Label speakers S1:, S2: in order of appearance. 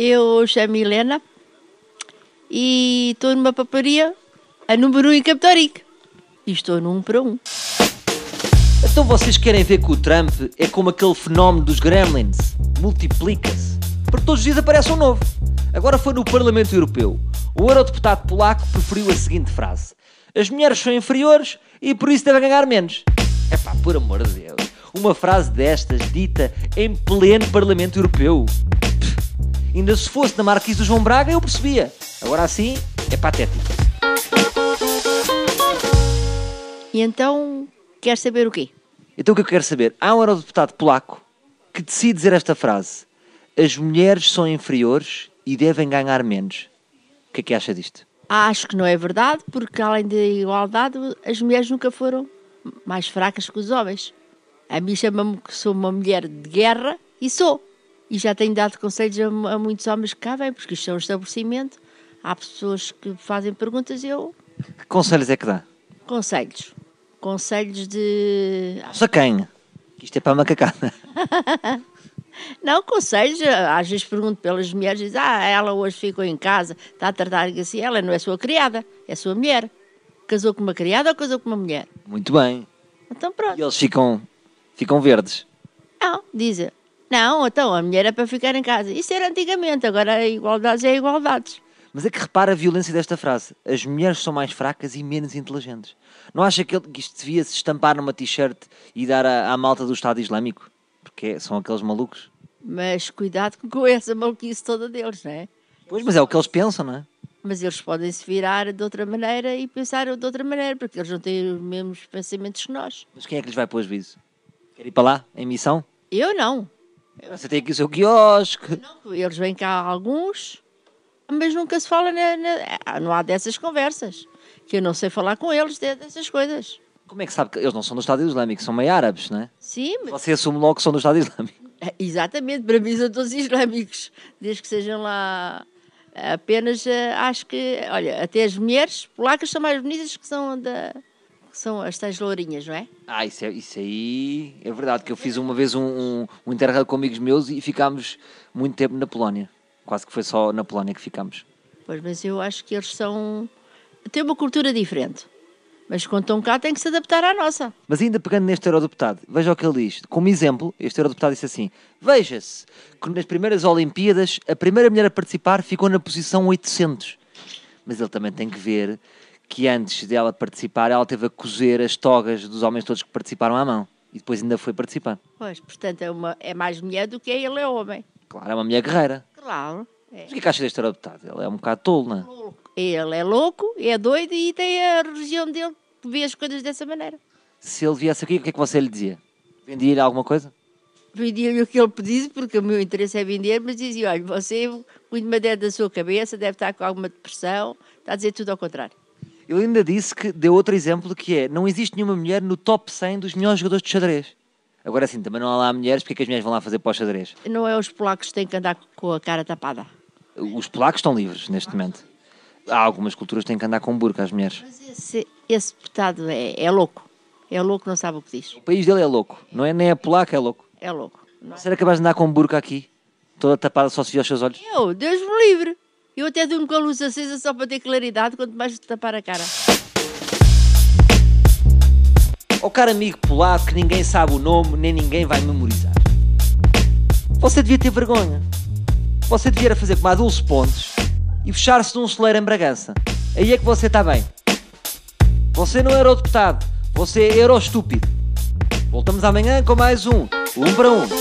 S1: eu chamo Helena e estou numa paparia a número 1 um em Capitaric. E estou num para um.
S2: Então vocês querem ver que o Trump é como aquele fenómeno dos gremlins? Multiplica-se. Porque todos os dias aparece um novo. Agora foi no Parlamento Europeu. O eurodeputado polaco preferiu a seguinte frase: As mulheres são inferiores e por isso devem ganhar menos. É pá, por amor de Deus. Uma frase destas dita em pleno Parlamento Europeu. Pff, ainda se fosse na Marquise do João Braga eu percebia. Agora assim, é patético.
S1: E então, quer saber o quê?
S2: Então o que eu quero saber? Há um eurodeputado polaco que decide dizer esta frase: As mulheres são inferiores e devem ganhar menos. O que é que acha disto?
S1: Acho que não é verdade, porque além da igualdade, as mulheres nunca foram mais fracas que os homens. A mim chama-me que sou uma mulher de guerra e sou. E já tenho dado conselhos a, a muitos homens que cá vêm, porque isto é um estabelecimento. Há pessoas que fazem perguntas e eu.
S2: Que conselhos é que dá?
S1: Conselhos. Conselhos de.
S2: Só quem? Que isto é para a macacada.
S1: Não, conselhos. Às vezes pergunto pelas mulheres e diz: Ah, ela hoje ficou em casa, está a tratar assim. Ela não é sua criada, é sua mulher. Casou com uma criada ou casou com uma mulher?
S2: Muito bem.
S1: Então pronto.
S2: E eles ficam, ficam verdes.
S1: Não, dizem. Não, então a mulher é para ficar em casa. Isso era antigamente, agora igualdades é igualdades.
S2: Mas é que repara a violência desta frase. As mulheres são mais fracas e menos inteligentes. Não acha que ele- que isto devia se estampar numa t-shirt e dar à, à malta do Estado Islâmico? Porque é- são aqueles malucos.
S1: Mas cuidado com essa maluquice toda deles, não é?
S2: Pois, mas é o que eles pensam, não é?
S1: Mas eles podem se virar de outra maneira e pensar de outra maneira, porque eles não têm os mesmos pensamentos que nós.
S2: Mas quem é que lhes vai pôr juízo? Quer ir para lá, em missão?
S1: Eu não.
S2: Você tem aqui o seu quiosque.
S1: Não, Eles vêm cá alguns, mas nunca se fala, na, na- ah, não há dessas conversas. Que eu não sei falar com eles de- dessas coisas.
S2: Como é que sabe que eles não são do Estado Islâmico? São meio árabes, não é?
S1: Sim, mas-
S2: Você assume logo que são do Estado Islâmico.
S1: é, exatamente, para mim são todos islâmicos, desde que sejam lá apenas, eh, acho que, olha, até as mulheres polacas são mais bonitas que são da... que são as tais lourinhas, não é?
S2: Ah, isso, é- isso aí é verdade, que eu fiz uma vez um, um, um interrail com amigos meus e ficámos muito tempo na Polónia. Quase que foi só na Polónia que ficámos.
S1: Pois, mas eu acho que eles são... têm uma cultura diferente. Mas quando estão cá têm que se adaptar à nossa.
S2: Mas ainda pegando neste eurodeputado, veja o que ele diz. Como exemplo, este eurodeputado disse assim: Veja-se que nas primeiras Olimpíadas a primeira mulher a participar ficou na posição 800. Mas ele também tem que ver que antes dela participar, ela teve a cozer as togas dos homens todos que participaram à mão. E depois ainda foi participar.
S1: Pois, portanto, é, uma, é mais mulher do que ele é homem.
S2: Claro, é uma mulher guerreira.
S1: Claro. É.
S2: Mas o que é que acha deste eurodeputado? Ele é um bocado tolo, não é?
S1: Ele é louco, é doido e tem a religião dele que vê as coisas dessa maneira.
S2: Se ele viesse aqui, o que é que você lhe dizia? Vendia-lhe alguma coisa?
S1: Vendia-lhe o que ele pedisse, porque o meu interesse é vender, mas dizia: olha, você, muito madeira da sua cabeça, deve estar com alguma depressão, está a dizer tudo ao contrário.
S2: Ele ainda disse que deu outro exemplo que é: não existe nenhuma mulher no top 100 dos melhores jogadores de xadrez. Agora sim, também não há lá mulheres, porque é que as mulheres vão lá fazer pós-xadrez?
S1: Não é os polacos que têm que andar com a cara tapada.
S2: Os polacos estão livres neste momento. Há algumas culturas que têm que andar com burca as mulheres.
S1: Mas esse, esse deputado é, é louco. É louco, não sabe o que diz.
S2: O país dele é louco, não é? Nem é polaco, é louco.
S1: É louco. Não é?
S2: Será capaz de andar com burca aqui? Toda tapada só se vê aos seus olhos?
S1: Eu, Deus me livre. Eu até durmo com a luz acesa só para ter claridade, quanto mais tapar a cara.
S2: Ó caro amigo polaco que ninguém sabe o nome, nem ninguém vai memorizar. Você devia ter vergonha. Você devia era fazer como a Dulce Pontes e fechar-se num celeiro em Bragança. Aí é que você está bem. Você não era o deputado, você era o estúpido. Voltamos amanhã com mais um. Um para um.